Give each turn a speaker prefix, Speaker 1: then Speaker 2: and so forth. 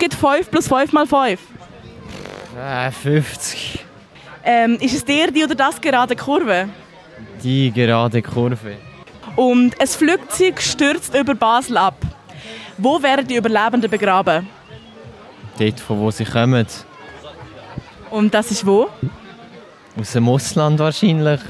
Speaker 1: Geht 5 plus 5 mal 5.
Speaker 2: Äh, 50.
Speaker 1: Ähm, ist es der, die oder das gerade Kurve?
Speaker 2: Die gerade Kurve.
Speaker 1: Und ein Flugzeug stürzt über Basel ab. Wo werden die Überlebenden begraben?
Speaker 2: Dort, von wo sie kommen.
Speaker 1: Und das ist wo?
Speaker 2: Aus dem Ausland wahrscheinlich.